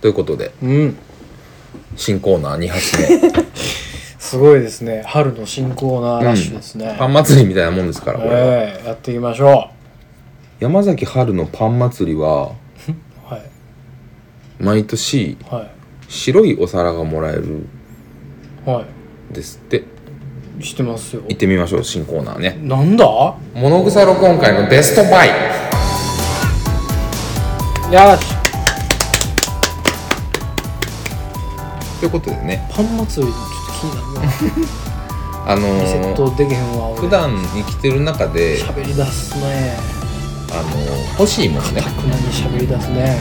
ということでうん新コーナー2発目 すごいですね春の新コーナーラッシュですね、パン祭りみたいなもんですからこれはええやっていきましょ山崎春のパン祭りはうはい毎年は白いお皿がもらえるんいはですっていしてますよ行ってみましょう新コーナーねなんだ物草録音会のベストバイよしということでねパン祭りちょっと 気になるなあのリセッー、トできへんわ俺普段生きてる中で喋り出すねあのー欲しいものねたくなに喋り出すね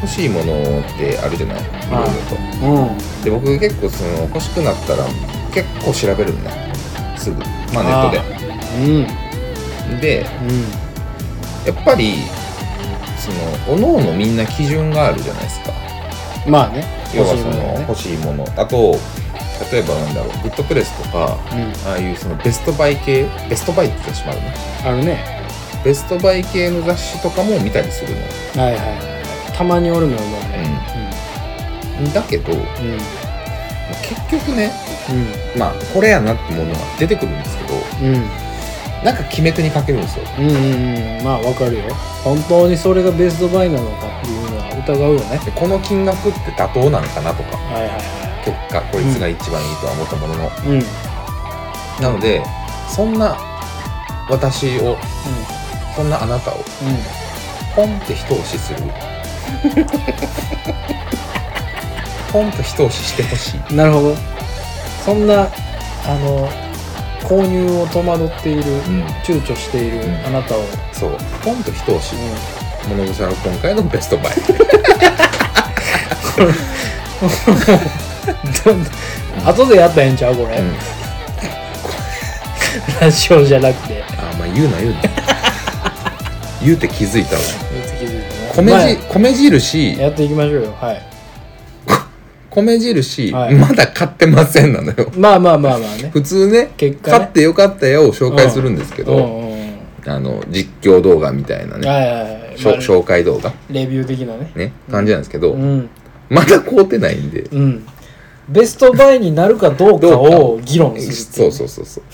欲しいものってあるじゃないいろいろとうで僕結構その欲しくなったら結構調べるんだすぐまあネットんうんうでんでやっぱりそのおののみんな基準があるじゃないですかまあね要は欲しそいもののね欲しいものあと例えばなんだろうウッドプレスとかうんああいうそのベストバイ系ベストバイって言ってしまうねあるねベストバイ系の雑誌とかも見たりするのうはいはいたまにおるのよもうねんだけどまうんうんあ結局ねまあこれやなってものが出てくるんですけどうんうんなんか決め手にかけるんですようんうんうんまあわかるよ本当にそれがベストバイなのかっていうのは疑うよねでこの金額って妥当なんかなとかはいは結果こいつが一番いいとは思ったものの、いはいうんなのでそんな私をそんなあなたをうポンって一押しす るポンと一押ししてほしいんうんなるほどそんなあの購入を戸惑っているうん躊躇しているうんあなたを、そうポンと一押し物草の今回のベストバイ どんどん 後でやったらええんちゃうこれ、うんラジオじゃなくてあまあ言うな言う な言うて気づいたわ気づいてね米まあじ米印やっていきましょうよはい米印、はいまだ買ってませんなのよまあまあまあまあね普通ね結果ね買ってよかったよを紹介するんですけうど、んうんあの実況動画みたいなうんね、はいはいはいしょまあ紹介動画レビュー的なねね感じなんですけど、うんまだ買うてないんで、うんベストバイになるかどうかを議論するっていそうそうそうそう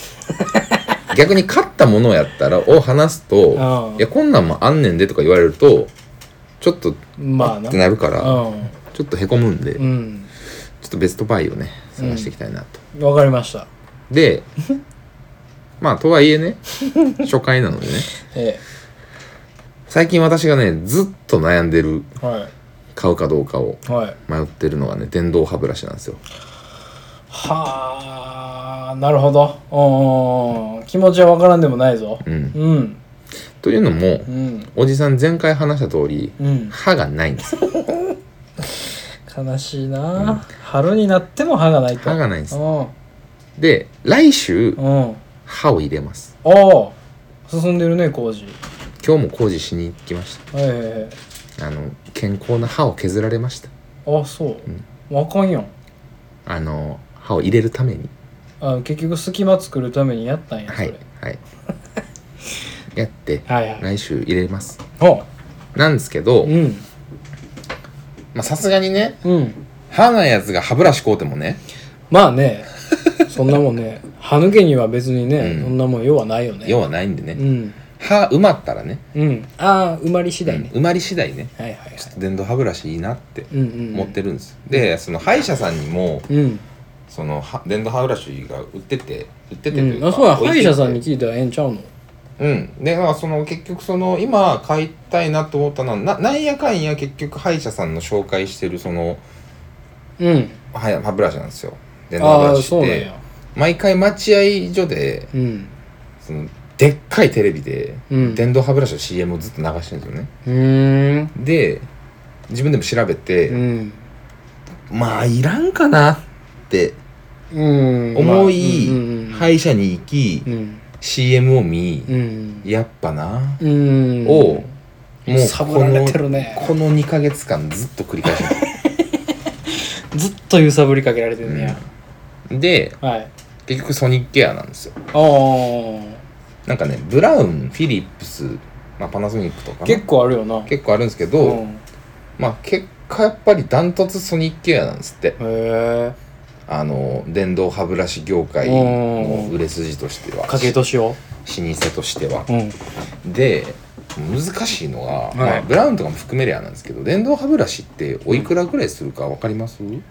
逆に買ったものやったらを話すと「ういやこんなんもあんねんで」とか言われるとちょっとんまあなってなるから、うちょっとへこむんで、ちょんっとベストバイをね探していきたいなと、うんわかりました でまあとはいえね初回なのでねえ最近私がねずっと悩んでるえは買うかどうかをいはい迷ってるのがね電動歯ブラシなんですよはあなるほどうんうんうん気持ちはわからんでもないぞうんうんというのもうんおじさん前回話した通りうん歯がないんですよ悲しいな春になっても歯がないと歯がないんですうんで来週うん歯を入れますおお進んでるね工事今日も工事しに行きましはいはいはいたあの健康な歯を削られましたあそううん、わかんやんあの歯を入れるためにあ結局隙間作るためにやったんやそはれいはい やってはいはい来週入れますおなんですけどうんまあさすがにねうん歯ないやつが歯ブラシ買うてもねまあねそんなもんね 歯抜けには別にね、うんそんなもん用はないよね用はないんでうねん歯埋まったらねうんああ埋まり次第ね、埋まり次第ねはいはいはい電動歯ブラシいいなってうんうん持ってるんです、でその歯医者さんにもうん、そのは電動歯ブラシが売ってて売っててとう、いうんか、あそうや歯置い医てて者さんに聞いたらええんちゃうのうんでまあその結局その今買いたいなと思ったのはななんやかんや結局歯医者さんの紹介してるそのうん歯歯ブラシなんですよ電動歯ブああラーシっそうなんてや毎回待合所でうんそのでっかいテレビで、うん電動歯ブラシの CM をずっと流してるんですよねうーんで自分でも調べて、うんまあいらんかなってうん思いまあうんうんうん歯医者に行き、うん CM を見、うんやっぱな、うんをもうサボられてるねこのこの2ヶ月間ずっと繰り返しずっと揺さぶりかけられてんねや、てるではい結局ソニックケアなんですよああなんかねブラウンフィリップス、まあ、パナソニックとかな結構あるよな結構あるんですけ構ど、まあ結果やっぱりダントツソニックエアなんですってへえあの電動歯ブラシ業界の売れ筋としてはー、け年を老舗としてはうんで難しいのが、いまあ、ブラウンとかも含めりゃなんですけど電動歯ブラシっておいくらぐらいするか分かります、うん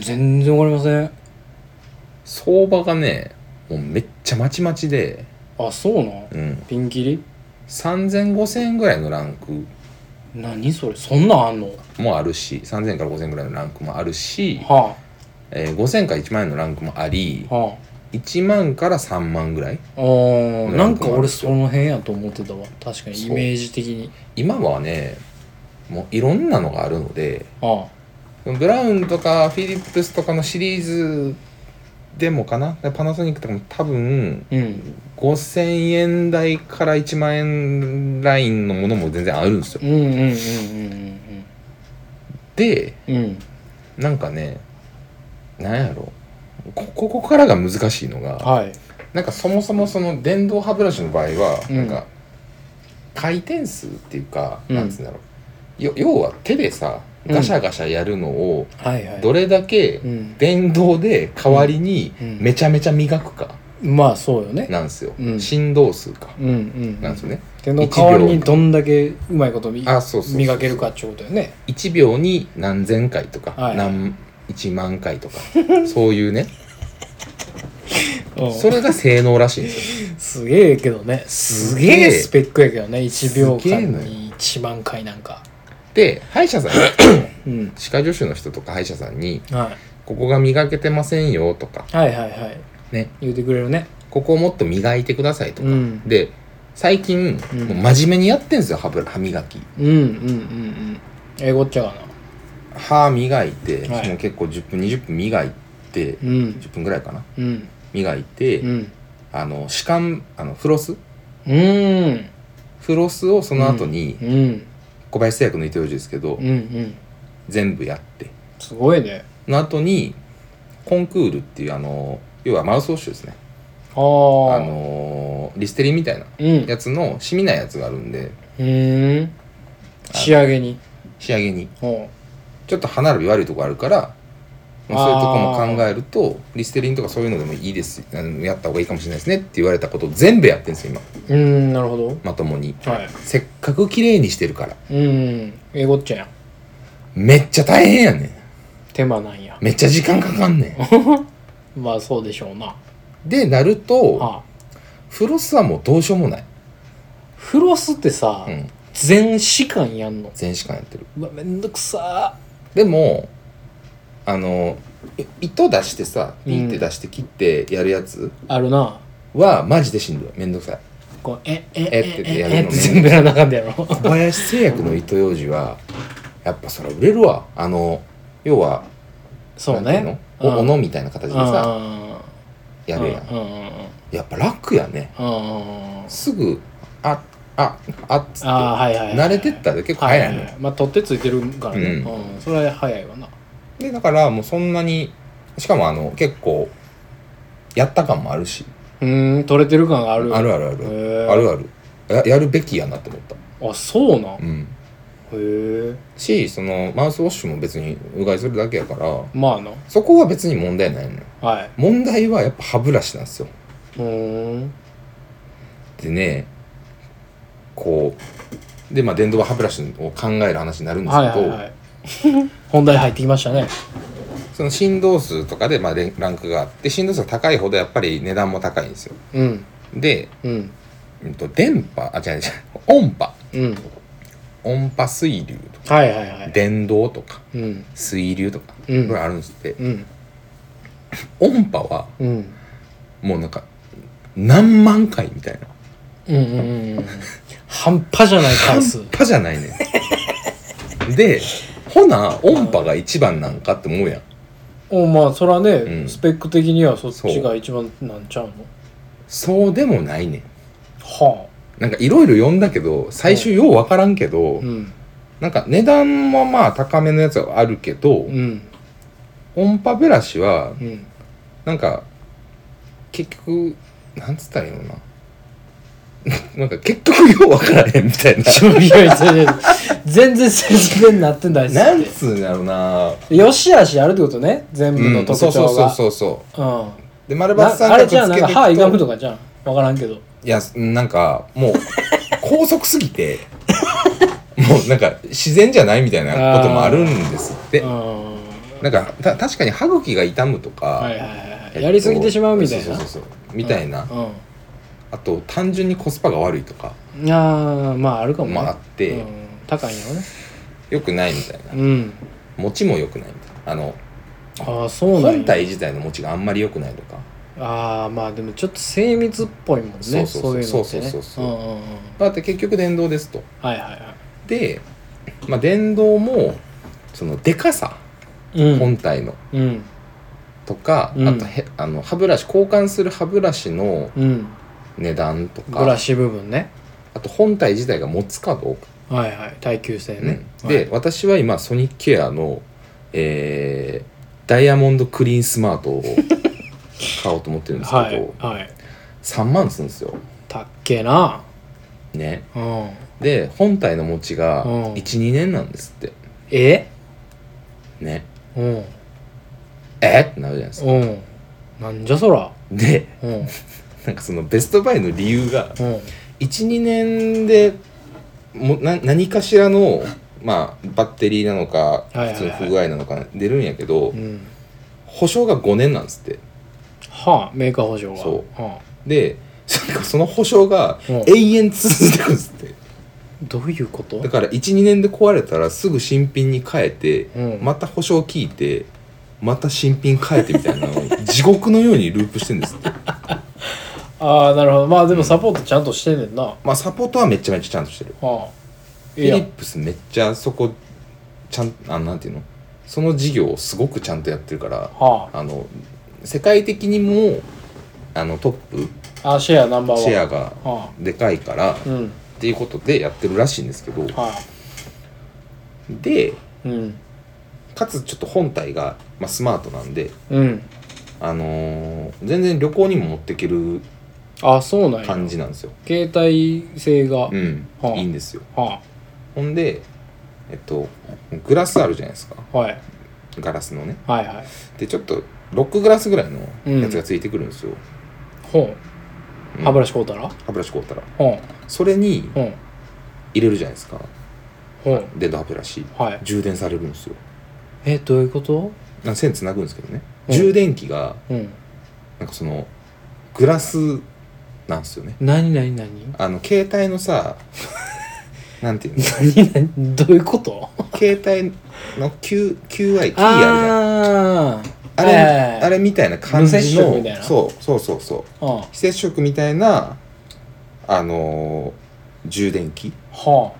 全然わかりません相場がねもうめっちゃまちまちで、あそうなんうん、ピンキリ30005000円ぐらいのランク何それそんなんあんのもあるし3000から5000ぐらいのランクもあるし、はえー5000から1万円のランクもありあは1万から3万ぐらいああーうんなんか俺その辺やと思ってたわ確かにそうイメージ的に今はねもういろんなのがあるのであブラウンとかフィリップスとかのシリーズでもかなパナソニックとかも多分あうん5000円台から1万円ラインのものも全然あるんですようんうんうんうんでうんうんうんなんかねなんやろこここからが難しいのがはいなんかそもそもその電動歯ブラシの場合は、うんなんか回転数っていうか、うんなんつうんだろうよ要は手でさうんガシャガシャやるのをはいはいどれだけうん電動で代わりにうんめちゃめちゃ磨くかまあそうよねなんですよ、うん振動数かうんうんなんですよね手の代わりにどんだけうまいことみあそうそうそうそう磨けるかってことよね1秒に何千回とか、はい何1万回 とかそういうねうんそれが性能らしいんですよすげえけどねすすげげええスペックやけどね1秒すげえ間のよに1万回なんかで歯医者 さんにうん歯科助手の人とか歯医者さんにはい「ここが磨けてませんよ」とかはいはいはいね言うてくれるね「ここをもっと磨いてください」とか、うんで最近、うんもう真面目にやってんですよ歯ブラ歯磨きうんうんうんうんええこっちゃかな歯磨いて、はいもう結構10分20分磨いて、うん10分ぐらいかなうん磨いて、うんあの歯間あのフロスうんフロスをその後にうんうん小林製薬の伊藤洋次ですけど、うん全部やってすごいねその後にコンクールっていうあの要はマウスウォッシュですねああああのリステリンみたいなうんやつの染みないやつがあるんでうーん仕上げに仕上げにほちょっと歯並び悪いとこあるから、まあ、そういうとこも考えるとリステリンとかそういうのでもいいですあのやった方がいいかもしれないですねって言われたことを全部やってんですよ今ううんなるほどまともにはいせっかく綺麗にしてるからうんええこっちゃやんめっちゃ大変やねん手間なんやめっちゃ時間かかん ねまあそうでしょうなんでなるとあフロスはもうどうしようもない、フロスってさ、うん、全歯間やんの全歯間やってるうわめんどくさでもあのい糸出してさうんピンって出して切ってやるやつーあるなはマジでしんどいめんどくさいこうええええってやるのねえって全部やらなあかんだやろ 小林製薬の糸ようじはやっぱそれ売れるわあの要はそうなんていうのねおうん斧みたいな形でさあーやるやんうんうんうんやっぱ楽やねうんうんすぐあああっつってあーはいはいはい慣れてったら結構早いのよはまあ取ってついてるからね、ううんそれは早いわなでだからもうそんなにしかもあの結構やった感もあるしうーん取れてる感があるあるあるあるへああるあるややるべきやなって思ったあそうなん、へうんえしそのマウスウォッシュも別にうがいするだけやからまあなそこは別に問題ないのよはい問題はやっぱ歯ブラシなんですようーんでねこうでまあ電動歯ブラシを考える話になるんですはけいど、はいはい 本題入ってきましたねその振動数とかでまあレンランクがあって振動数が高いほどやっぱり値段も高いんですようんで、うんうん、と電波あ違う違う音波うん音波水流とかはいはいはい電動とかうん水流とか、うんこれあるんですってうん音波はうんもうなんか何万回みたいなうんうんうんうん半端じゃない半回数端じゃないねんでほな音波が一番なんかって思うやんおまあそらね、んスペック的にはそっちが一番なんちゃうのそうでもないねんはなんかいろいろ読んだけど最終よう分からんけど、あうんなんか値段もまあ高めのやつはあるけど、うん音波ブラシはうんなんか結局なんつったらいいのかな なんか結局よう分からへんみた いないやいやいや全然説明になってないっすなんっつうんだろうなてよしあしあるってことね全部うのん、特そうそう徴そうがそうそうんうで丸なバツ三あ角れつじけゃあなんていかく歯いがむととかじゃん分からんけどいやなんかもう高速すぎ てもうなんか自然じゃないみたいなこともあるんですっうてんなんかた確かに歯茎が痛むとか、はいはいはえっいとやりすぎてしまうみたいなそうそうそうそうみたいな、うんあと単純にコスパが悪いとかいやーまああるかもねもあって、うん高いんやろね良くないみたいなうん餅も良くないみたいなあのああそうなん本や体自体の餅があんまり良くないとかああまあでもちょっと精密っぽいもんねそそううそうそういうのってそねうそうそうそうんんうんだって結局電動ですとはいはで、まあ、電動もそのでかさいはいうん本体のうんとか、うんあとへあの歯ブラシ交換する歯ブラシのうん値段とブラかシ部分ねあと本体自体が持つかどうか、はいはい耐久性ねね、で、私は今ソニックケアの、えーダイヤモンドクリーンスマート を買おうと思ってるんですけど、はいはいはい3万するんですよ。たっけなね、うんで本体の持ちがうん12年なんですってえねうんえってなるじゃないですかうんなんじゃそらでうんうんなんかそのベストバイの理由が12年でもな何かしらの、まあ、バッテリーなのかいはいはい普通の不具合なのか出るんやけど、うん保証が5年なんですってはあメーカー保証は、そうはでそなんかその保証がうん永遠続いてくんですってあ、どういうことだから12年で壊れたらすぐ新品に変えて、うんまた保証聞いてまた新品変えてみたいなのを地獄のようにループしてんですってああなるほどまあでもサポートちゃんとしてんねんな、まあサポートはめちゃめちゃちゃんとしてるはあフいィやリップスめっちゃそこちゃんあなんていうのその事業をすごくちゃんとやってるからはあの世界的にもあのトップああシェアナンバーワンシェアがはでかいからっあうんていうことでやってるらしいんですけどはあでうんかつちょっと本体が、まあ、スマートなんで、うんあのー全然旅行にも持っていけるあそうなんや感じなんですよ。携帯性が、うん、はあいいんですよ。はほんでえっとグラスあるじゃないですかあはいガラスのね。はいはいでちょっとロックグラスぐらいのやつがついてくるんですよ。ほううん歯ブラシ買うたら歯ブラシ買うたらほそれにうほう入れるじゃないですかほう電動歯ブラシはい充電されるんですよえどういうことなんか線つなぐんですけどね、うん充電器がうんなんかそのグラスなんですよね何何何あの携帯の さなんていうの何何 どういうこと携帯の Q QI キーあるじゃんあああれ,、はいあれみたいな感じ無接触のみたいなそうそうそうそううんは非接触みたいなあのー充電器、あ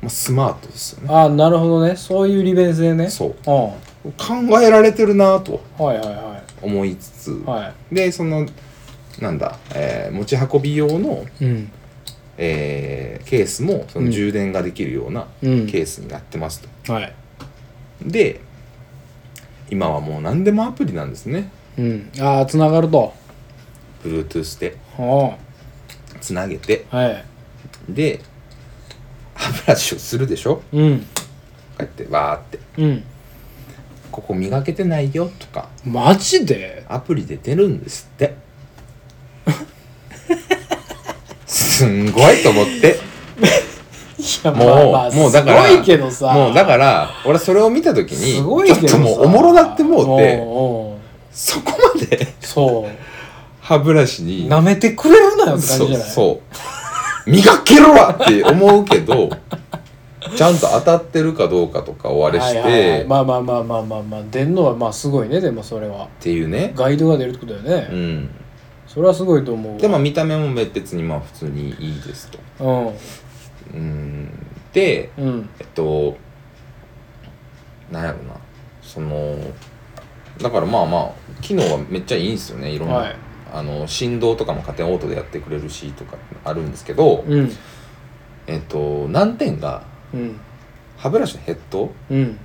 まあ、スマートですよねああなるほどねそういう利便性ねそううんは考えられてるなぁといはいは思いつつ、いはでそのなんだ、えー持ち運び用の、いうんえーケースもそうんの充電ができるようなうんケースになってますと、はいで今はもう何でもアプリなんですねうんああつながると Bluetooth でうんはつなげていで歯ブラシをするでしょこうんうやってわーってうんここ磨けてないよとかマジでアプリで出るんですってすんごいと思っ ていやもうもうだからすごいけどさもうだから俺それを見た時にすごいけどさちょっともうおもろなってもうおてうおうそこまで そう歯ブラシになめてくれるなよって感じそじうゃないそう磨けろわって思うけどちゃんと当たってるかどうかとかをあれして、はいはいはいまあまあまあまあまあまあ出んのはまあすごいねでもそれはっていうね、ガイドが出るってことだよね、うん、それはすごいと思うわでも見た目も別にまあ普通にいいですとうんでうんうんえっとなんやろなそのだからまあまあ機能はめっちゃいいんですよねいろんな、はいあの振動とかも加点オートでやってくれるしとかあるんですけど、うんえっと難点がうん歯ブラシのヘッドうん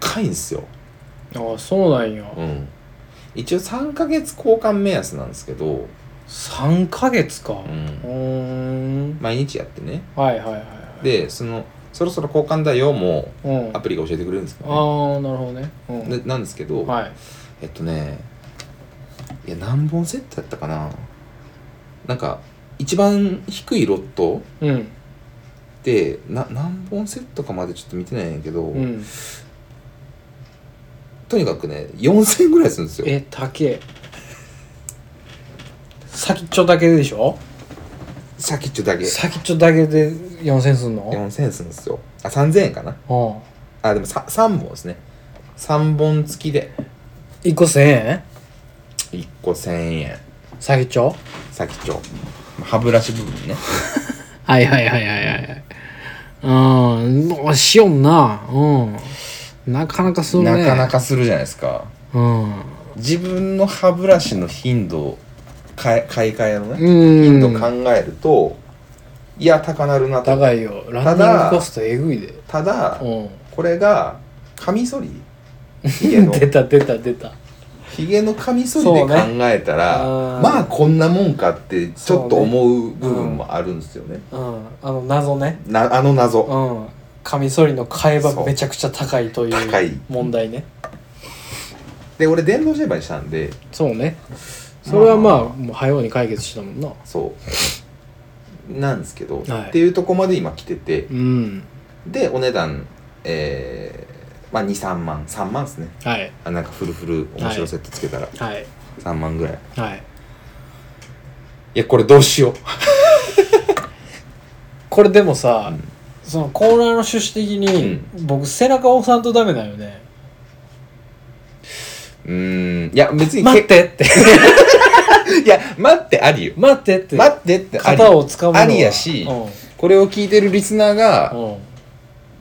高いんですよ、ああそうなんや、うん、一応3ヶ月交換目安なんですけど3ヶ月かう、うんーん毎日やってねはいはいはいはいでそのそろそろ交換だよもうんアプリが教えてくれるんですけあど、あなるほどね、うん、ね、でなんですけど、はいえっとねいや何本セットやったかななんか一番低いロットうんでな何本セットかまでちょっと見てないんやけど、うんとにかくね4000円ぐらいするんですよえ高え先っちょだけでしょ先っちょだけ4000先っちょだけで4000すんの円するんですよあ3000円かなうんあでも 3, 3本ですね3本付きで1個1000円1個1000円先っちょ先っちょ歯ブラシ部分ねはいはいはいはいはいうんもうしよんなうんなかなかすんねなかなかするじゃないですかうん自分の歯ブラシの頻度を買い買い替えのね頻度うん考えるといや高なるなと高いよラただンニングコストえぐいでただうんこれがカミソリひ げの出た出た出たひげのカミソリでそう考ねえたら、あーまあこんなもんかってちょっと思う部分もあるんですよねうんあの謎ねなあの謎、うんカミソリの替えそばうめちゃくちゃ高いとい高いう問題ねで俺電動シェーバーにしたんでそうねそれはまあまあもう早うに解決したもんなそうなんですけど、はいっていうとこまで今来ててうんでお値段えー、まあ23万3万ですねはいあなんかフルフル面白セットつけたらはい3万ぐらい、い、はいやこれどうしようこれでもさ、うんそのコーナーの趣旨的に、僕背中押さんとダメだよねうーんいや別に待ってって けいや待ってありよ待ってって待ってってあり肩をつかむのはありやしうんこれを聞いてるリスナーが、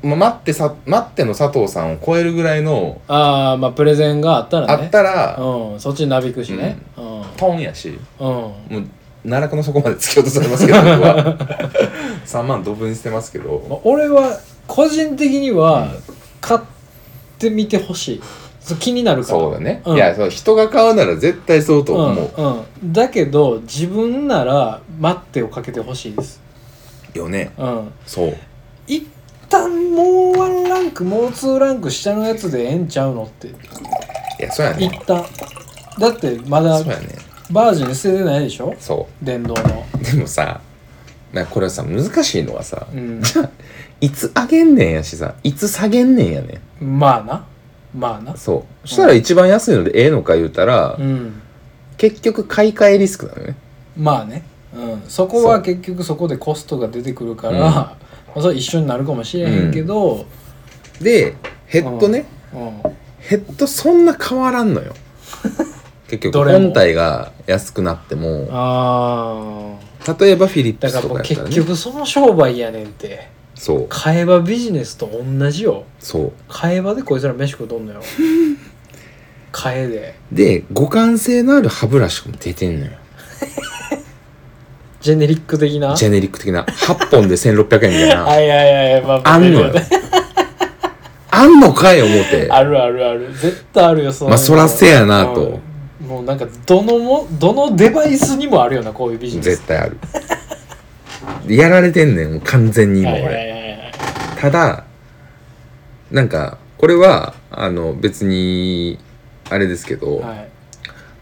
うんまあ、待ってさ待っての佐藤さんを超えるぐらいのああまあプレゼンがあったらあねったら、うん、そっちになびくしねうん、トンやしうんもう奈落の底まで突き落とされます けど僕は3万ドブにしてますけどまあ俺は個人的にはうん買ってみてほしいそう気になるからそうだね、うんいやそう人が買うなら絶対そうと思う、んうん、だけど自分なら待ってをかけてほしいですよねうんそう一旦もうワンランクもうツーランク下のやつでええんちゃうのっていやそうや一ね旦だってまだそうやねバージン捨ててないでしょそ電動のうでもさまあこれはさ難しいのはさ うんいつ上げんねんやしさいつ下げんねんやねまあなまあなんそうしたら一番安いのでええのか言うたら、うん結局買い替えリスクなのよねまあね、うん、そこそはう結局そこでコストが出てくるから、うんまあ、それは一緒になるかもしれへんけど、でヘッドねうんヘッドそんな変わらんのよ結ど局れも本体が安くなってもああ例えばフィリップだかスらともかうやった結らね局その商売やねんってそう買えばビジネスと同じよそう買えばでこいつら飯食うとんのよ買えでで互換性のある歯ブラシも出てんのよジェネリック的なジェネリック的な8本で1600円みたいなはいはいはいはい、 まあ、あんの よあんのかい思ってあるあるある絶対あるよそまあそらせやなとうんもうなんかどのもどのデバイスにもあるよなこういうビジネス絶対あるやられてんねんもう完全に今はい俺、はいはいはいただなんかこれはあの別にあれですけど、はい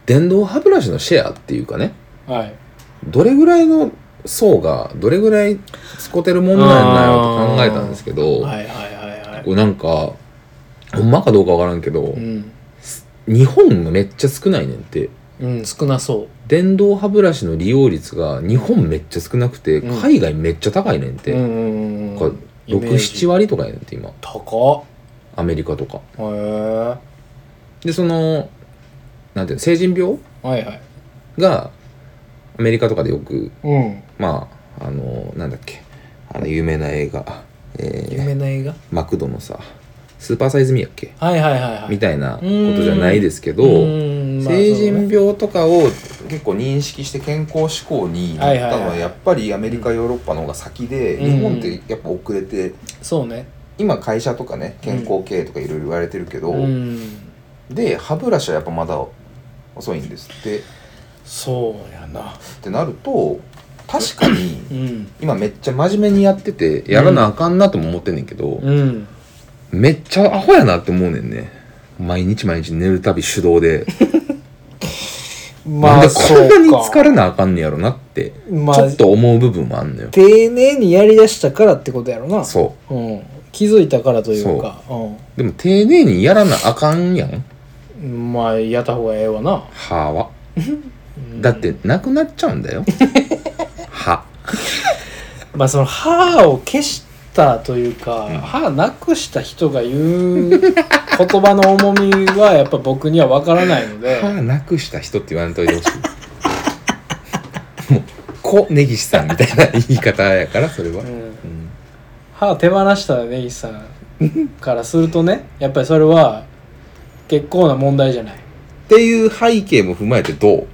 電動歯ブラシのシェアっていうかねはいどれぐらいの層がどれぐらい使ってるもんなんだよと考えたんですけど、はいはいはいはいこれなんかほんまかどうかわからんけど、うん、日本がめっちゃ少ないねんってうん、少なそ電動歯ブラシの利用率が日本めっちゃ少なくて、うん海外めっちゃ高いねんっうて、うんうんなんか67は割とかやねんって今高アメリカとかっへえはでそのなんていうの成人病いはいがアメリカとかでよくうんまああのなんだっけあの有名な映画、有えー名な映画マクドのさスーパーサイズミーやっけはいはいはいはいみたいなことじゃないですけど、うんまあ成人病とかを結構認識して健康志向になったのはやっぱりアメリカヨーロッパの方が先でうん日本ってやっぱ遅れてそうね今会社とかね健康経営とかいろいろ言われてるけどうんで歯ブラシはやっぱまだ遅いんですってそうやなってなると確かにうん今めっちゃ真面目にやっててやらなあかんなとも思ってんねんけど、うんめっちゃアホやなって思うねんね毎日毎日寝るたび手動 で、まなんあでこんなに疲れれなあかんねやろなってまちあょっと思う部分もあんのよ、丁寧にやりだしたからってことやろな、そうん、気づいたからというかう、うでも丁寧にやらなあかんやんん、まあやった方がええわな、歯はうんだってなくなっちゃうんだよ 歯まあその歯を消したというか、うん歯なくした人が言う言葉の重みはやっぱ僕には分からないの で歯なくした人って言わんといてほしいもう子根岸さんみたいな言い方やからそれは、うんうん歯手放した根岸さんからするとね やっぱりそれは結構な問題じゃないっていう背景も踏まえてどう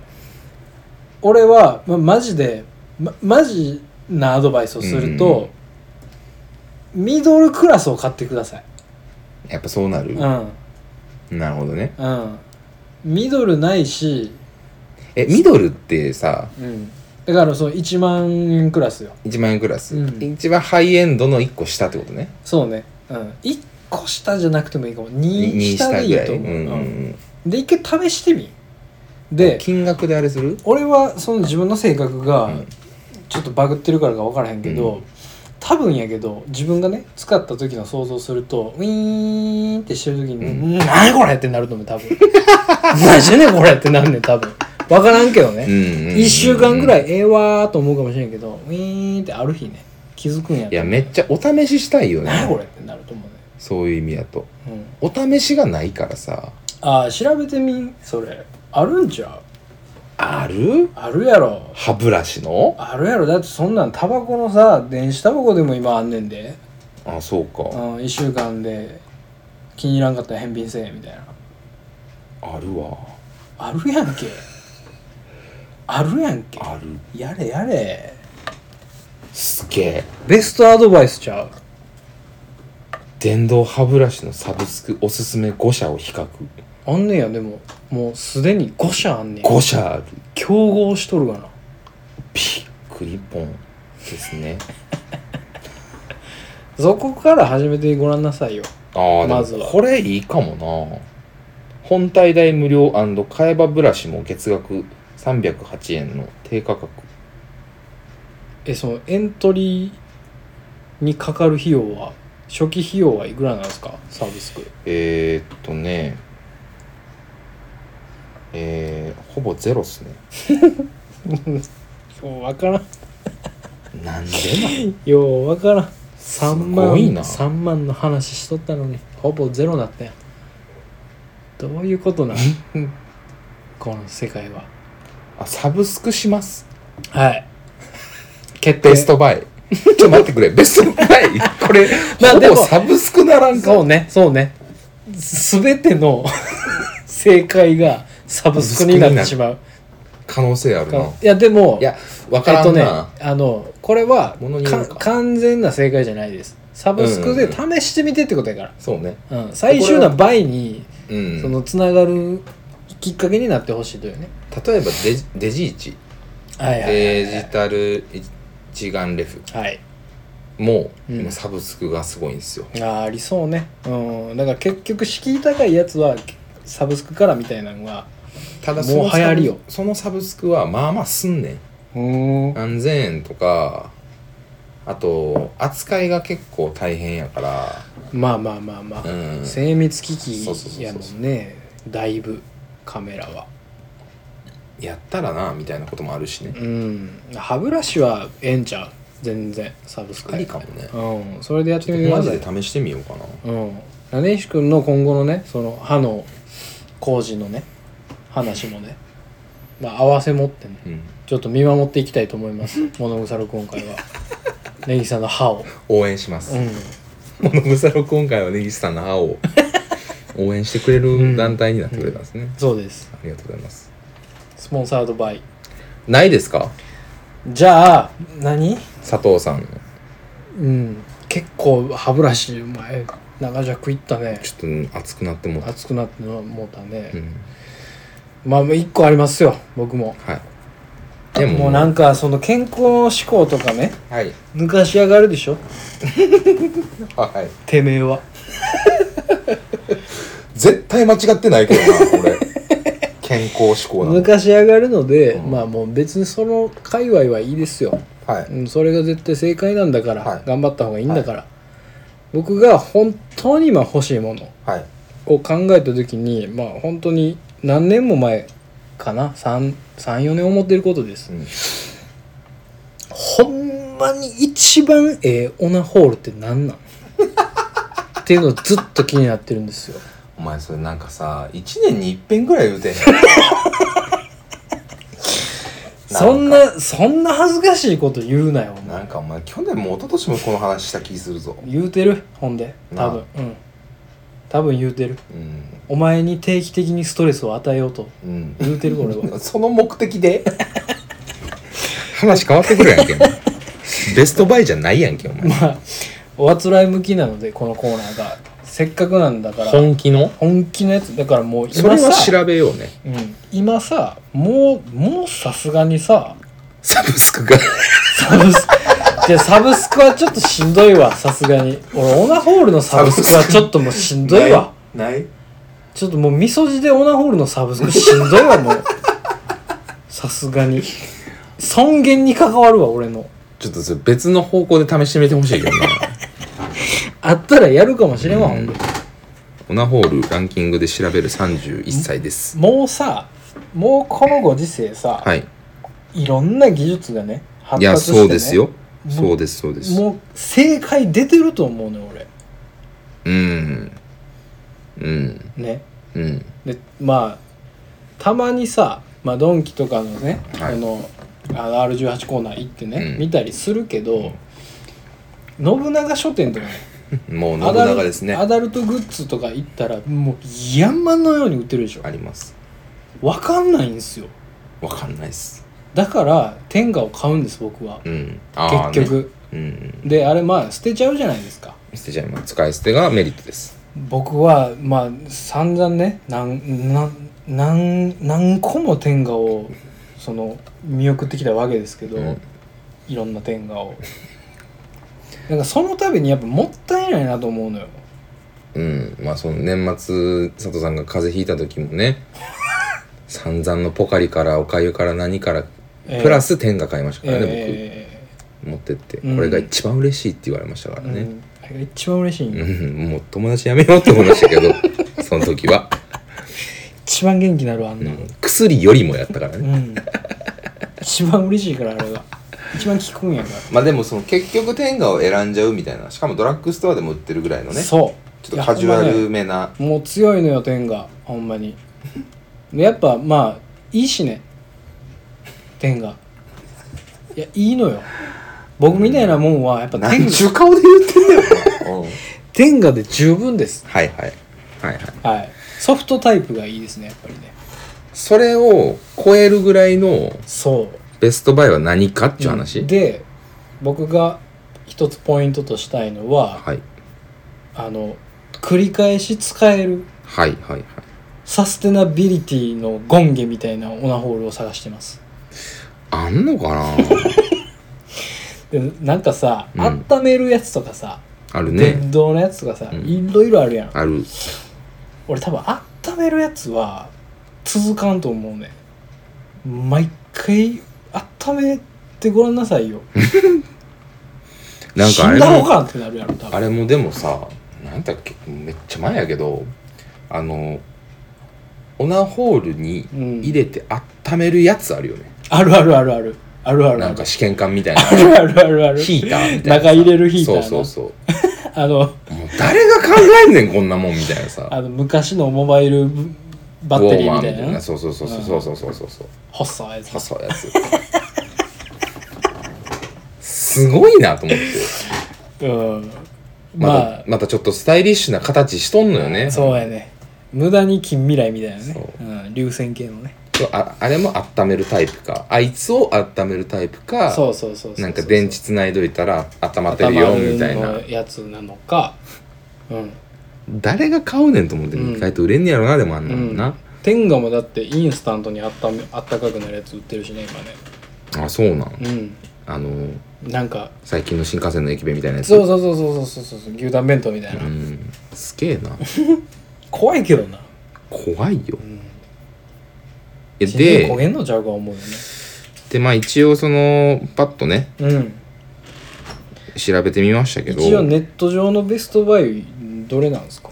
俺は、ま、マジで、ま、マジなアドバイスをすると、ミドルクラスを買ってくださいやっぱそうなる、うんなるほどねうんミドルないし、えミドルってさうん、だからその1万円クラスよ1万円クラス、うん一番ハイエンドの1個下ってことねそうね、うん、1個下じゃなくてもいいかも2 2下下でいぐらいいと思う、うんうんうんうんで一回試してみで金額であれする俺はその自分の性格がうんちょっとバグってるからか分からへんけど、うん多分やけど自分がね使った時の想像するとウィーンってしてる時に「うん何これ!」ってなると思う多分「何してんねんこれ!」ってなんねん多分分からんけどね、1 1週間ぐらいいええわーと思うかもしれんけどウィーンってある日ね気づくんやいやめっちゃお試ししたいよね何これってなると思うそういう意味だとね、うん、お試しがないからさあー調べてみんそれあるんちゃうあるあるやろ歯ブラシのあるやろだってそんなんタバコのさ電子タバコでも今あんねんで、あそううかん、1週間で気に入らんかったら返品せえみたいなあるわあるやんけあるやんけあるやれやれすげえベストアドバイスちゃう電動歯ブラシのサブスクおすすめ5社を比較あんねんやでももうすでに5社あんねん5社ある競合しとるがなびっくりポンですねそこから始めてごらんなさいよああ、までずもはこれいいかもな。本体代無料替え歯ブラシも月額308円の低価格。えそのエントリーにかかる費用は初期費用はいくらなんですかサービスクえー、っとね、えー、ほぼゼロっすね。ようわからんなんでなんようわからんす3ごいな万。三万の話しとったのにほぼゼロなったやんどういうことなんこの世界はあ、サブスクします。はい決定ベストバイ。ちょっと待ってくれ、ベストバイ。これ、 まあほでもぼサブスクならんか。そうねそうね全て の正解がサブスクになってしまう可能性あるな。いやでもいや、わからんな。えっとねあのこれは物によるかか完全な正解じゃないですサブスクでうんう試してみてってことやから、そうね。うん最終な倍にうん。そのつながるきっかけになってほしいというね、例えばデジ、デジイチ。はいはいはいデジタル一眼レフはいもうん今サブスクがすごいんですよ、あーありそうねうんだから結局敷居高いやつはサブスクからみたいなのはただそのもう流行りよそのサブスクはまあまあすんねんうん何千円とかあと扱いが結構大変やからまあまあまあまあ、うん精密機そうそうそうそう器やもんねだいぶカメラはやったらなみたいなこともあるしねうん歯ブラシはええんちゃう全然サブスクありかもねうんそれでやってみてくマだジさいで試してみようかなうん根岸君の今後のねその歯の工事のね話もね、まあ、合わせ持ってねうんちょっと見守っていきたいと思います 物草録音会は根岸さんの歯を応援します、う物草録音会は根岸さんの歯 を応援してくれる団体になってくれたんですね、んそうですありがとうございますスポンサードバイないですかじゃあ何佐藤さんうん結構歯ブラシ前長尺いったねちょっと熱くなってもうた熱くなってのもうたね、うんまあ一個ありますよ僕もはいもうなんかその健康志向とかねはい抜かしやがるでしょはいてめえは絶対間違ってないけどな 俺健康志向な抜のかし上がるので、うんまあもう別にその界隈はいいですよ、はういん、それが絶対正解なんだから、はい頑張った方がいいんだから、僕が本当に今欲しいものはいを考えた時にまあ本当に何年も前かな34年思ってることです、うんほんまに一番ええオナホール って何なんっていうのをずっと気になってるんですよお前それなんかさ1年に一遍ぐらい言う てんねんそんなそんな恥ずかしいこと言うなよお前なんかお前去年も一昨年もこの話した気するぞ言うてるほんでな多あ分うん多分言うてるうんお前に定期的にストレスを与えようとうん言うてる俺はその目的で 話変わってくるやんけお前ベストバイじゃないやんけお前まあおあつらい向きなのでこのコーナーがせっかくなんだから本気の本気のやつだからもうそ今れはさ、調べようねうん、今さもうもうさすがにさサブスクがサブ スクでサブスクはちょっとしんどいわさすがに俺オナホールのサブスクはちょっともうしんどいわないちょっともうみそじでオナホールのサブスクしんどいわもうさすがに尊厳に関わるわ俺のちょっとそれ別の方向で試してみてほしいけ どなあったらやるかもしれんわ、うんほんでオナホールランキングで調べる31歳ですもうさもうこのご時世さ、はいい、ろんな技術がねい発や達して、ね、そうですよもうそうですそうですもう正解出てると思うね俺うんうんねうんでまあたまにさ、まあ、ドンキとかのね、はいあのあの R18 コーナー行ってね、うん見たりするけど、信長書店とかねもうア信ダル長ですねアダルトグッズとか行ったらもう山のように売ってるでしょありますわかんないんですよわかんないっすだから天下を買うんです僕はうん結、あ局、ーねうんであれまあ捨てちゃうじゃないですか捨てちゃいます使い捨てがメリットです僕はまあ散々ねなんなんなん何個も天下をその見送ってきたわけですけど、うんいろんな天下をなんかその度にやっぱもったいないなと思うのようんまあその年末佐藤さんが風邪ひいた時も ね散々のポカリからおかゆから何からプラスス天が買いましたからね、僕持ってって、これが一番嬉しいって言われましたからうね、ん、あれが一番嬉しいんうよ、ん、もう友達やめようって思いましたけど その時は、一番元気になるわあんうなのん、薬よりもやったからうね、ん一番嬉しいからあれが一番効くんやかまあでもその結局天下を選んじゃうみたいなしかもドラッグストアでも売ってるぐらいのら、 ねちょそうっとカジュアいやほんルまめねな、もう強いのよ天がほんまにでやっぱまあいいしね天がいやいいのよ僕みたいなもんはやっぱ天何がちゅう顔で言ってんだよお前うん天がで十分ですはいはいはいはいはいソフトタイプがいいですねやっぱりねそれを超えるぐらいのそうベストバイは何かっていう話、で僕が一つポイントとしたいのははいあの繰り返し使えるはいはいはいサステナビリティのゴンゲみたいなオナホールを探してますあんのか なでなんかさ、うん温めるやつとかさあるね電動のやつとかさ、うんいろいろあるやんある俺多分温めるやつは続かんと思うね毎回温めてごらんなさいよなんかあれ死んだ方もかってなるやろ多分あれもでもさなんだっけめっちゃ前やけどあのオナホールにうん入れて温めるやつあるよね、あるあるあるあるあるあるなあんるか試験管みたい なあるあるあるあるヒーターみたいなさ中入れるヒーターなそうそうそあのうもう誰が考えんねんこんなもんみたいなさあの昔のモバイルバッテリーみたウォいーマなそうそうそうそうそうそうそうそう細いやつ細いやつすごいなと思ってうんまた,、まあまたちょっとスタイリッシュな形しとんのよねそうやね無駄に近未来みたいなねそううん、流線形のねそうああれも温めるタイプかあいつを温めるタイプかそうそうそうそうそうなんか電池つないどいたら温まってる頭よみたいなのやつなのかうん誰が買うねんと思って、うん意外と売れんねやろなでもあんなもんな、天下もだってインスタントにあっためあったかくなるやつ売ってるしねあそうなん、今ねあのうんなんか最近の新幹線の駅弁みたいなやつそうそうそうそうそうそうそう牛タン弁当みたいな、うんすげえな怖いけどな、怖いようん、え心臓焦でげんのちゃうか思うよねでまあ一応そのパッとねうん調べてみましたけど一応ネット上のベストバイどれなんですか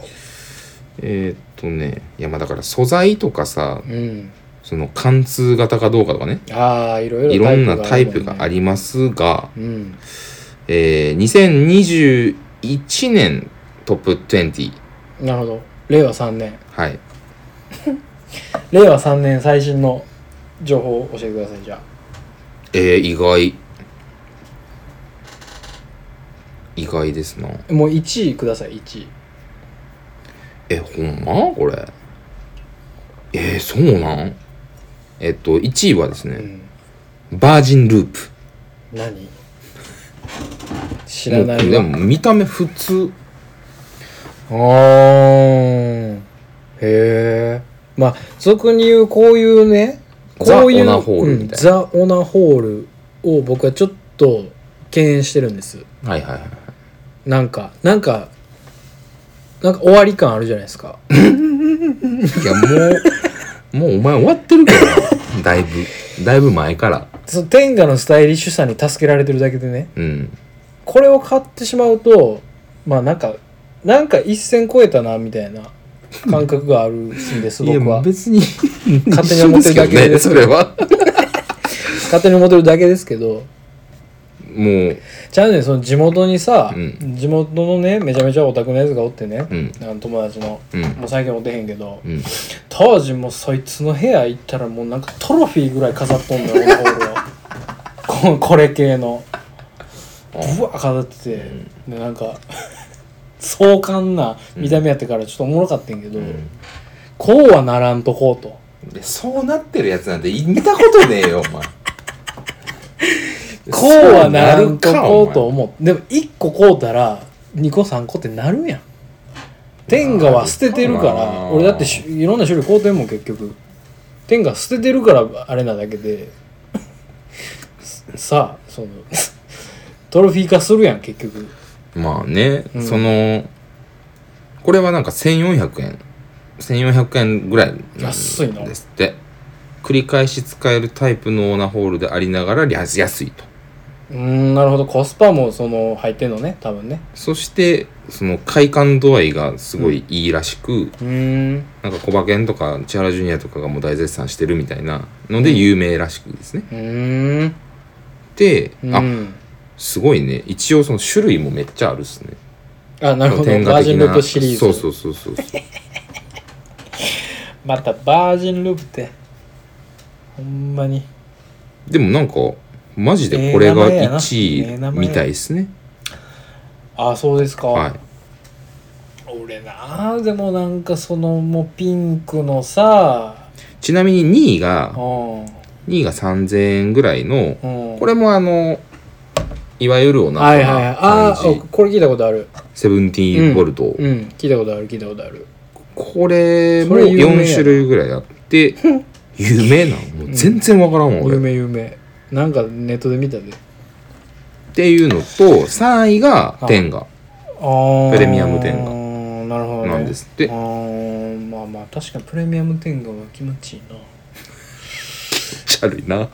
えーっとねいやまあだから素材とかさうんその貫通型かどうかとかねああいろいろいろんなタイプがありりますが、うんえー、2021年トップ20なるほど令和3年はい令和3年最新の情報を教えてくださいじゃえー、意外意外ですなあもう1位ください1位えほんまこれえー、そうなんえっと1位はですうねんバージンループ何知らなもういでわも見た目普通あーへえまあ俗に言うこういうねこういうザオナホールみたいうんザ・オナホールを僕はちょっと敬遠してるんですはいはいはいなんかなんかなんか終わり感あるじゃないですかいやもう もうお前終わってるけどなだいぶだいぶ前からその天下のスタイリッシュさに助けられてるだけでねうんこれを買ってしまうとまあなんかなんか一線超えたなみたいな感覚があるんですいや僕は別に勝手に思ってるだけ 一緒でですすけどねそれは 勝手に思ってるだけですけどもうちゃうねんその地元にさ、うん地元のねめちゃめちゃオタクのやつがおってね、うんあの友達の、うんもう最近おってへんけどうん当時もうそいつの部屋行ったらもうなんかトロフィーぐらい飾っとんのよオナホールをここれ系のぶわ飾ってて、でなんか 壮観な見た目やってからちょっとおもろかってんけど、こうはならんとこうとでそうなってるやつなんて見たことねえよお前こうはならんとこうとお前思ってでも1個こうたら2個3個ってなるやん天下は捨ててるかなるからな俺だってしいろんな種類買うてんもん結局天下捨ててるからあれなだけで さあその トロフィー化するやん結局まあね、うんそのこれはなんか1400円1400円ぐらいなんです安いなって繰り返し使えるタイプのオーナーホールでありながら安安いとうーんなるほどコスパもその入ってんのね多分ねそしてその快感度合いがすごいいいらしく、うーんなんかコバケンとか千原ジュニアとかがもう大絶賛してるみたいなので有名らしくですね、うーんで、うあんすごいね一応その種類もめっちゃあるっすねあなるほど天バ下ージ的ンなループシリーズそうそうそうそうまたバージンループってほんまにでもなんかマジでこれが1位みたいですね、あそうですか、はい俺なあでもなんかそのもうピンクのさちなみに2位がうん2位が3000円ぐらいのうんこれもあのいわゆるおなはいはいはいあ感じあこれ聞いたことあるセブンティーンボルト、うん聞いたことある聞いたことあるこれそもれ有名やな4種類ぐらいあ って有名なのもう全然わからんわ俺、有っ名有名なんかネットで見たでていうのと3位が天下ああプレミアム天下なるほど、ね、なんですってあーまあまあ確かにプレミアム天下は気持ちいいなチャルい な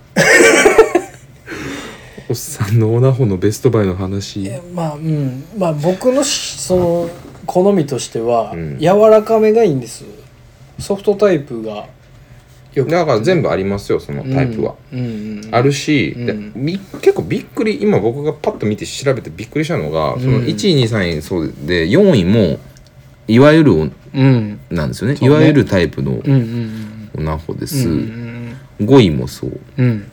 おっさんのオナホのベストバイの話えまあうんまあ僕のしその好みとしては、うん柔らかめがいいんですソフトタイプがよだから全部ありますよそのタイプは、うんうんうんあるし、うんでび結構びっくり今僕がパッと見て調べてびっくりしたのが、んその1位2位3位そうで4位もいわゆるおうんなんですよねそういねわゆるタイプのうんうんオナホでうんうんうす、ん5位もそううん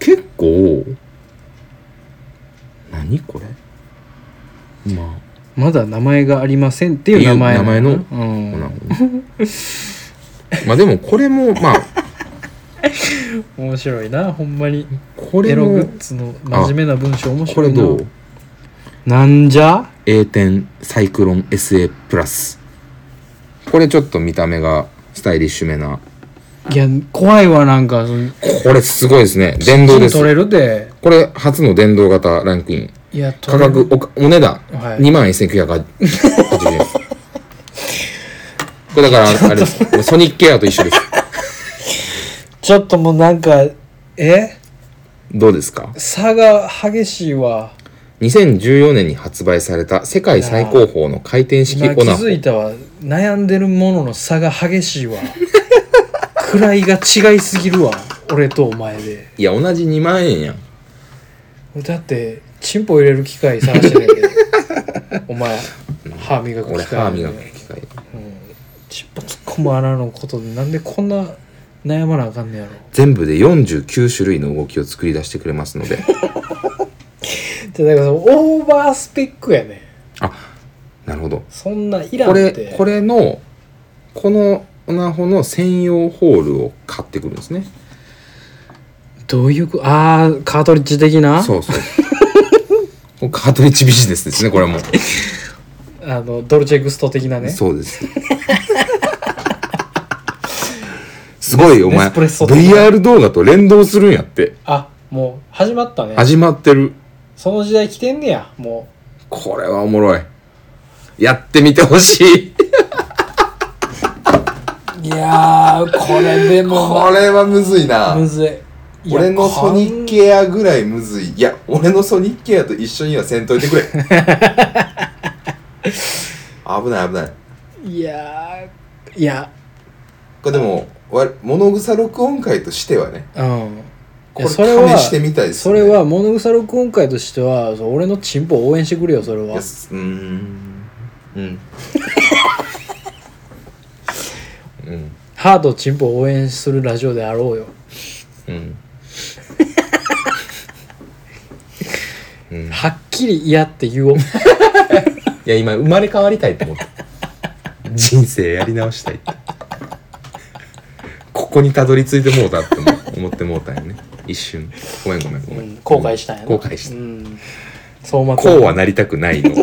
結構何これまあまだ名前がありませんっていうってい名う前な名の前オナうんホ まあでもこれもまあ面白いなほんまにこエれログもッズの真面目な文章面こ白れいなどうなんじゃ A 点サイクロン SA プラスこれちょっと見た目がスタイリッシュめないや怖いわなんかそのこれすごいですね電動です取れるでこれ初の電動型ランクインいや価取れる格おかお値段はい2万1980円ですこれだからあれですこれソニックケアと一緒ですちょっともうなんかえどうですか差が激しいわ2014年に発売された世界最高峰の回転式今オ気ナづホいたわ悩んでるものの差が激しいわ位が違いすぎるわ俺とお前でいや同じ2万円やんだってチンポ入れる機械探して たけどお前歯磨く俺機械歯磨く機械チンポ突っ込む穴のことでなんでこんな悩まなあかんねやろ全部で49種類の動きを作り出してくれますのででだからそのオーバースペックやねあなるほどそんないらんこっれてこれのこのオナホの専用ホールを買ってくるんですねどういうこああカートリッジ的なそう そうこれカートリッジビジネスですねこれもあのドルチェグスト的なねそうですすごいおネ前スプレッソ VR 動画と連動するんやってあもう始まったね始まってるその時代来てんねやもこれはおもろいやってみてほしいういやーこれで これはむずいなむずいいや俺のソニックエアぐらいむずいいや俺のソニックエアと一緒にはせんといてく れ危ない危ないかんいやーいやこれでもわ物草録音会としてはねうんこれ試それはしてみたいです、そね、れは物草録音会としてはそう俺のチンポを応援してくれよそれいはやすうーんうんうんハートチンポを応援するラジオであろうようんはっきり嫌って言おういや今生まれ変わりたいと思った人生やり直したいってここにたどり着いてもうたって思思ってもうたんよね一瞬ごめんごめんごめん、うん後悔したんやな後悔した、うんそうまこうはなりたくない の1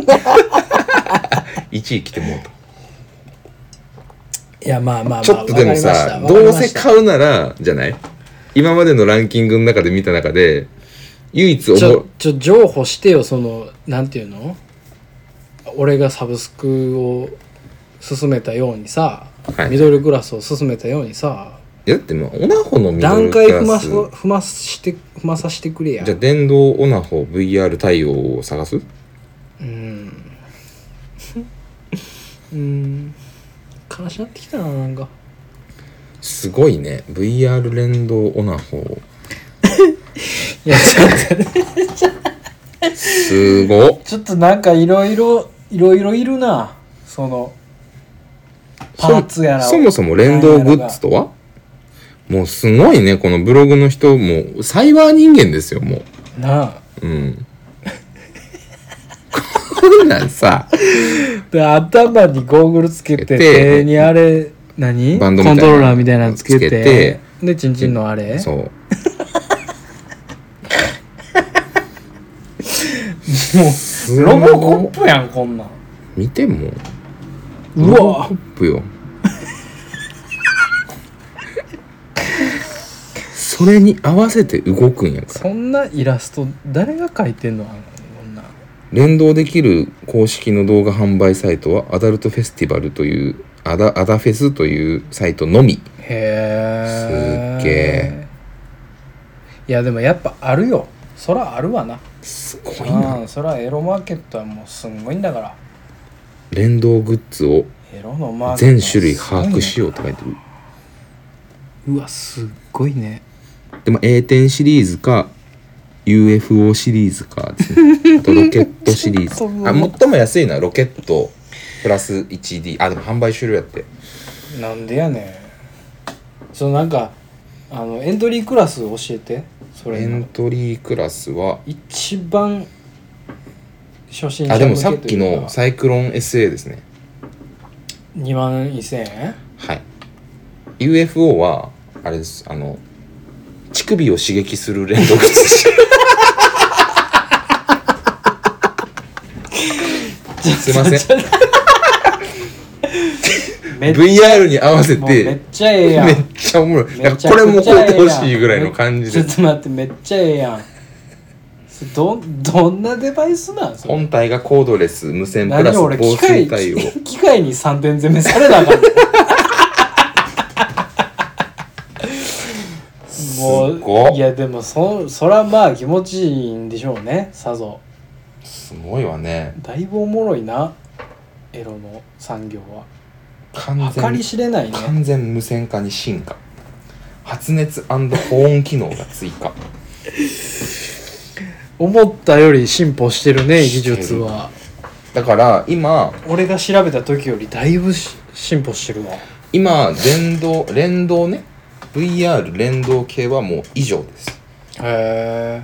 位来てもうたいやまあまあまあちょっとでもさわかりどうましせた買うならじゃない今までのランキングの中で見た中で唯一ち思ょうちょ譲歩してよそのなんていうの俺がサブスクを勧めたようにさ、はいミドルクラスを勧めたようにさいやだってもうオナホのミド段ルクラス階踏まそ踏まして踏まさしてくれやじゃあ電動オナホ VR 対応を探すうんうん悲しなってきたななんかすごいね VR 連動オナホいやちょっとすごっちょっとなんかいろいろいろいろいるなそのパーツやらそそもそも連動グッズとはもうすごいねこのブログの人もうサイバー人間ですよもなあううんこんなんさで頭にゴーグルつけてつけて手にあれ何バンドみたコいなントローラーみたいなのつけてつけてでチンチンのあれそうもうロボコップやんこんなん見てもうわコップよそれに合わせて動くんやからそんなイラスト誰が描いてんのあのこんなん連動できる公式の動画販売サイトはアダルトフェスティバルというアダアダフェスというサイトのみへえすっげえいやでもやっぱあるよそらあるわなすごいなうんそらエロマーケットはもうすんごいんだから連動グッズをエロのマーケット全種類把握しようって書いてるううわすっごいねでも A 点シリーズか UFO シリーズかですねあとロケットシリー ちょっともうズあ最も安いのはロケットプラス 1D あでも販売終了やってなんでやねんそのなんかあのエントリークラス教えてそエれンのトリークラスは一番初心者あでもさっ向けときいうかのサイクロン SA ですね2万1000円はい UFO はあれですあの乳首を刺激する連動グッ ズすいませんめっちゃ VR に合わせもうめってちゃええやんめっちゃおもろいめなんっちかゃこれもめっち超ゃえええやてほんしいぐらいの感じちょでっと待ってめっちゃええやんそれどんどんなデバイスなんそれ本体がコードレス無線プラ何ス俺防機水械対応 機械に3点攻めされなあかんのもすごうっいやでもそそらまあ気持ちいいんでしょうねさぞすごいわねだいぶおもろいなエロの産業完は計り全知れないね完全無線化に進化発熱保温機能が追加思ったより進歩してるね技術はだから今俺が調べた時よりだいぶし進歩してるわ今電動連動ね VR 連動系はもう以上ですへ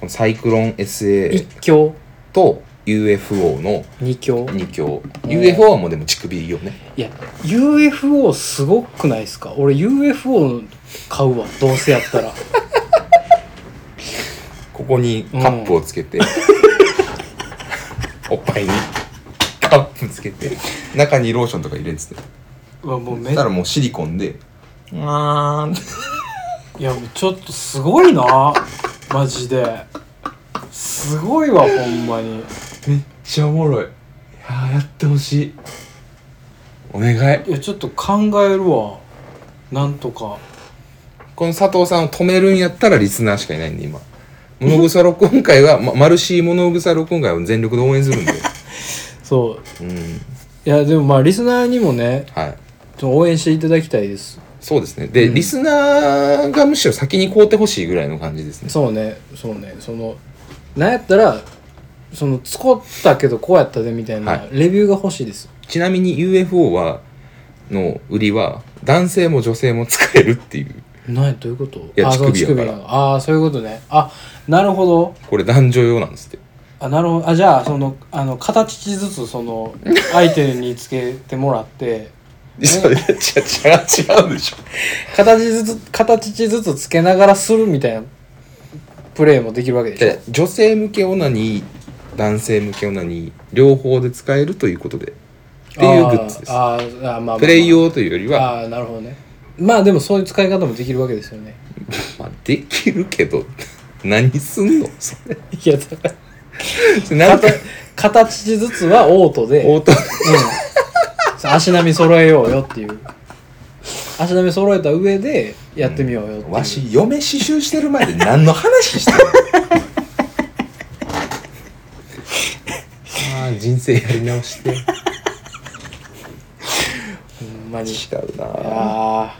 このサイクロンえ SA 1強と UFO の2強2強ん UFO はもうでも乳首よねいや UFO すごくないですか俺 UFO 買うわどうせやったらここにカップをつけ て、おっぱいにカップつけて中にローションとか入れてて うわもうそめしったらもうシリコンでうわーんいやもうちょっとすごいなマジですごいわほんまにめっちゃおもろいいやーやってほしいお願いいやちょっと考えるわなんとかこの佐藤さんを止めるんやったらリスナーしかいないんで今物草録音会は、ま、マルシー物草録音会を全力で応援す るんでそううんいやでもまあリスナーにもねはいちょっと応援していただきたいですそうですねで、うんリスナーがむしろ先に買うてほしいぐらいの感じですねそうねそうねそのなんやったらその作ったけどこうやったでみたいなはレビューが欲しいです、ちなみに UFO はの売りは男性も女性も使えるっていう何どういうこといやあそう乳首やから乳なのああそういうことねあなるほどこれ男女用なんですってあなるほどあじゃあそのあの形ずつそ の相手につけてもらってそれ 違う違う違うでしょ形ずつ形ずつつけながらするみたいなプレイもできるわけでしょで女性向けオナニー男性向けオナニー両方で使えるということでっていうグッズですあーあーあーまあまあプレイ用というよりはああーなるほどねまあでもそういう使い方もできるわけですよねまあ、できるけど 何すんのそれいやだから なんかかた形ずつはオートで、オートうんそう足並み揃えようよっていう足並み揃えた上でやってみようよっていう、わし嫁刺繍してる前で何の話してる ああ人生やり直してほんまにい違うなやー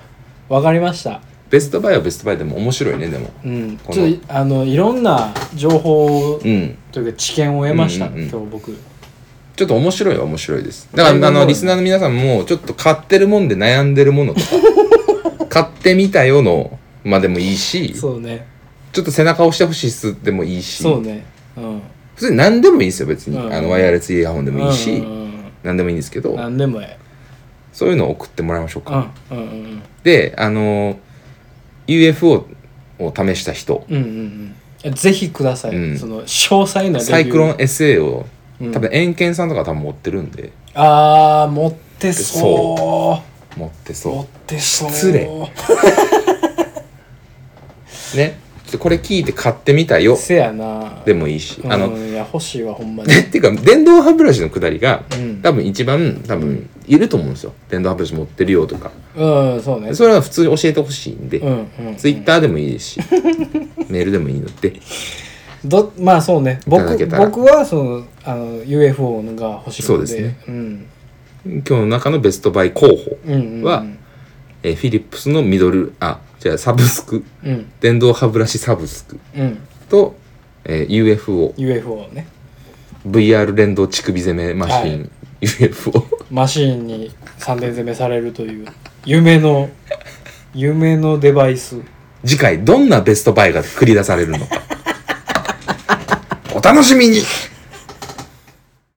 わかりましたベストバイはベストバイでも面白いねでもうんこのちょっとあのいろんな情報をうんというか知見を得ました、うんうんうん今日僕ちょっと面白いは面白いですだからあだいぶの面白いリスナーの皆さんもちょっと買ってるもんで悩んでるものとか 買ってみたよのまあでもいいしちょそうねっと背中押してほしいっすでもいいしそうねうん普通に何でもいいんですよ別に、うんあのワイヤレスイヤホンでもいいし、うんうん何でもいいんですけうどん、何でもえそういうのを送ってもらいましょうえか、うんうんうんであの UFO を試した人うんうんうんぜひください、うんその詳細なレビューサイクロン SA をうん多分円ンさんとか多分持ってるんであー持ってそ持ってう持っそてそう失礼うねちょっとこれ聞いて買ってみたよせやなでもいいし、うんあのいや欲しいわほんまにっていうか電動歯ブラシのくだりがうん多分一番多分いると思うんですよ電動歯ブラシ持ってるよとかうんそうねそれは普通に教えてほしいんで、うんうんツイッターでもいいですし メールでもいいのでどまあそうね僕いただけたら僕はそのあの UFO が欲しいのでそうですねうん、今日の中のベストバイ候補うんうんうんはえーフィリップスのミドルあじゃあサブスクうん電動歯ブラシサブスクうんと、えー UFO ね UFOVR 連動乳首攻めマシン、は UFO マシーンに3点攻めされるという夢の夢のデバイス次 回どんなベストバイが繰り出されるのかお楽しみに